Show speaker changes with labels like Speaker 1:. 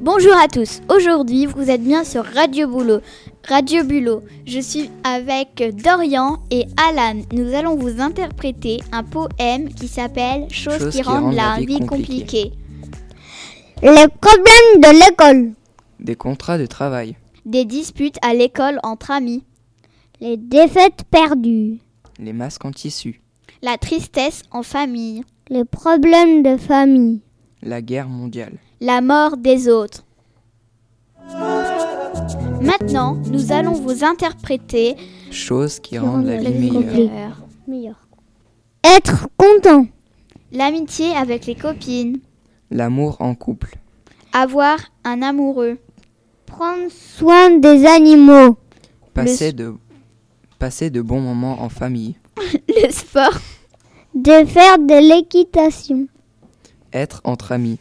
Speaker 1: Bonjour à tous. Aujourd'hui, vous êtes bien sur Radio Boulot. Radio Bulot. Je suis avec Dorian et Alan. Nous allons vous interpréter un poème qui s'appelle Choses
Speaker 2: Choses
Speaker 1: qui, rendent la vie compliquée.
Speaker 3: Les problèmes de l'école.
Speaker 2: Des contrats de travail,
Speaker 1: Des disputes à l'école entre amis.
Speaker 3: Les défaites perdues.
Speaker 2: les masques en tissu,
Speaker 1: La tristesse en famille.
Speaker 3: Les problèmes de famille.
Speaker 2: la guerre mondiale.
Speaker 1: la mort des autres. Maintenant, nous allons vous interpréter Euh,
Speaker 2: Choses qui rendent la
Speaker 3: rendent la
Speaker 2: vie
Speaker 3: vie
Speaker 2: meilleure.
Speaker 3: compliquée. Être content.
Speaker 1: l'amitié avec les copines,
Speaker 2: L'amour en couple,
Speaker 1: avoir un amoureux,
Speaker 3: Prendre soin des animaux.
Speaker 2: passer de, passer de bons moments en famille,
Speaker 1: le sport,
Speaker 3: De faire de l'équitation.
Speaker 2: être entre amis,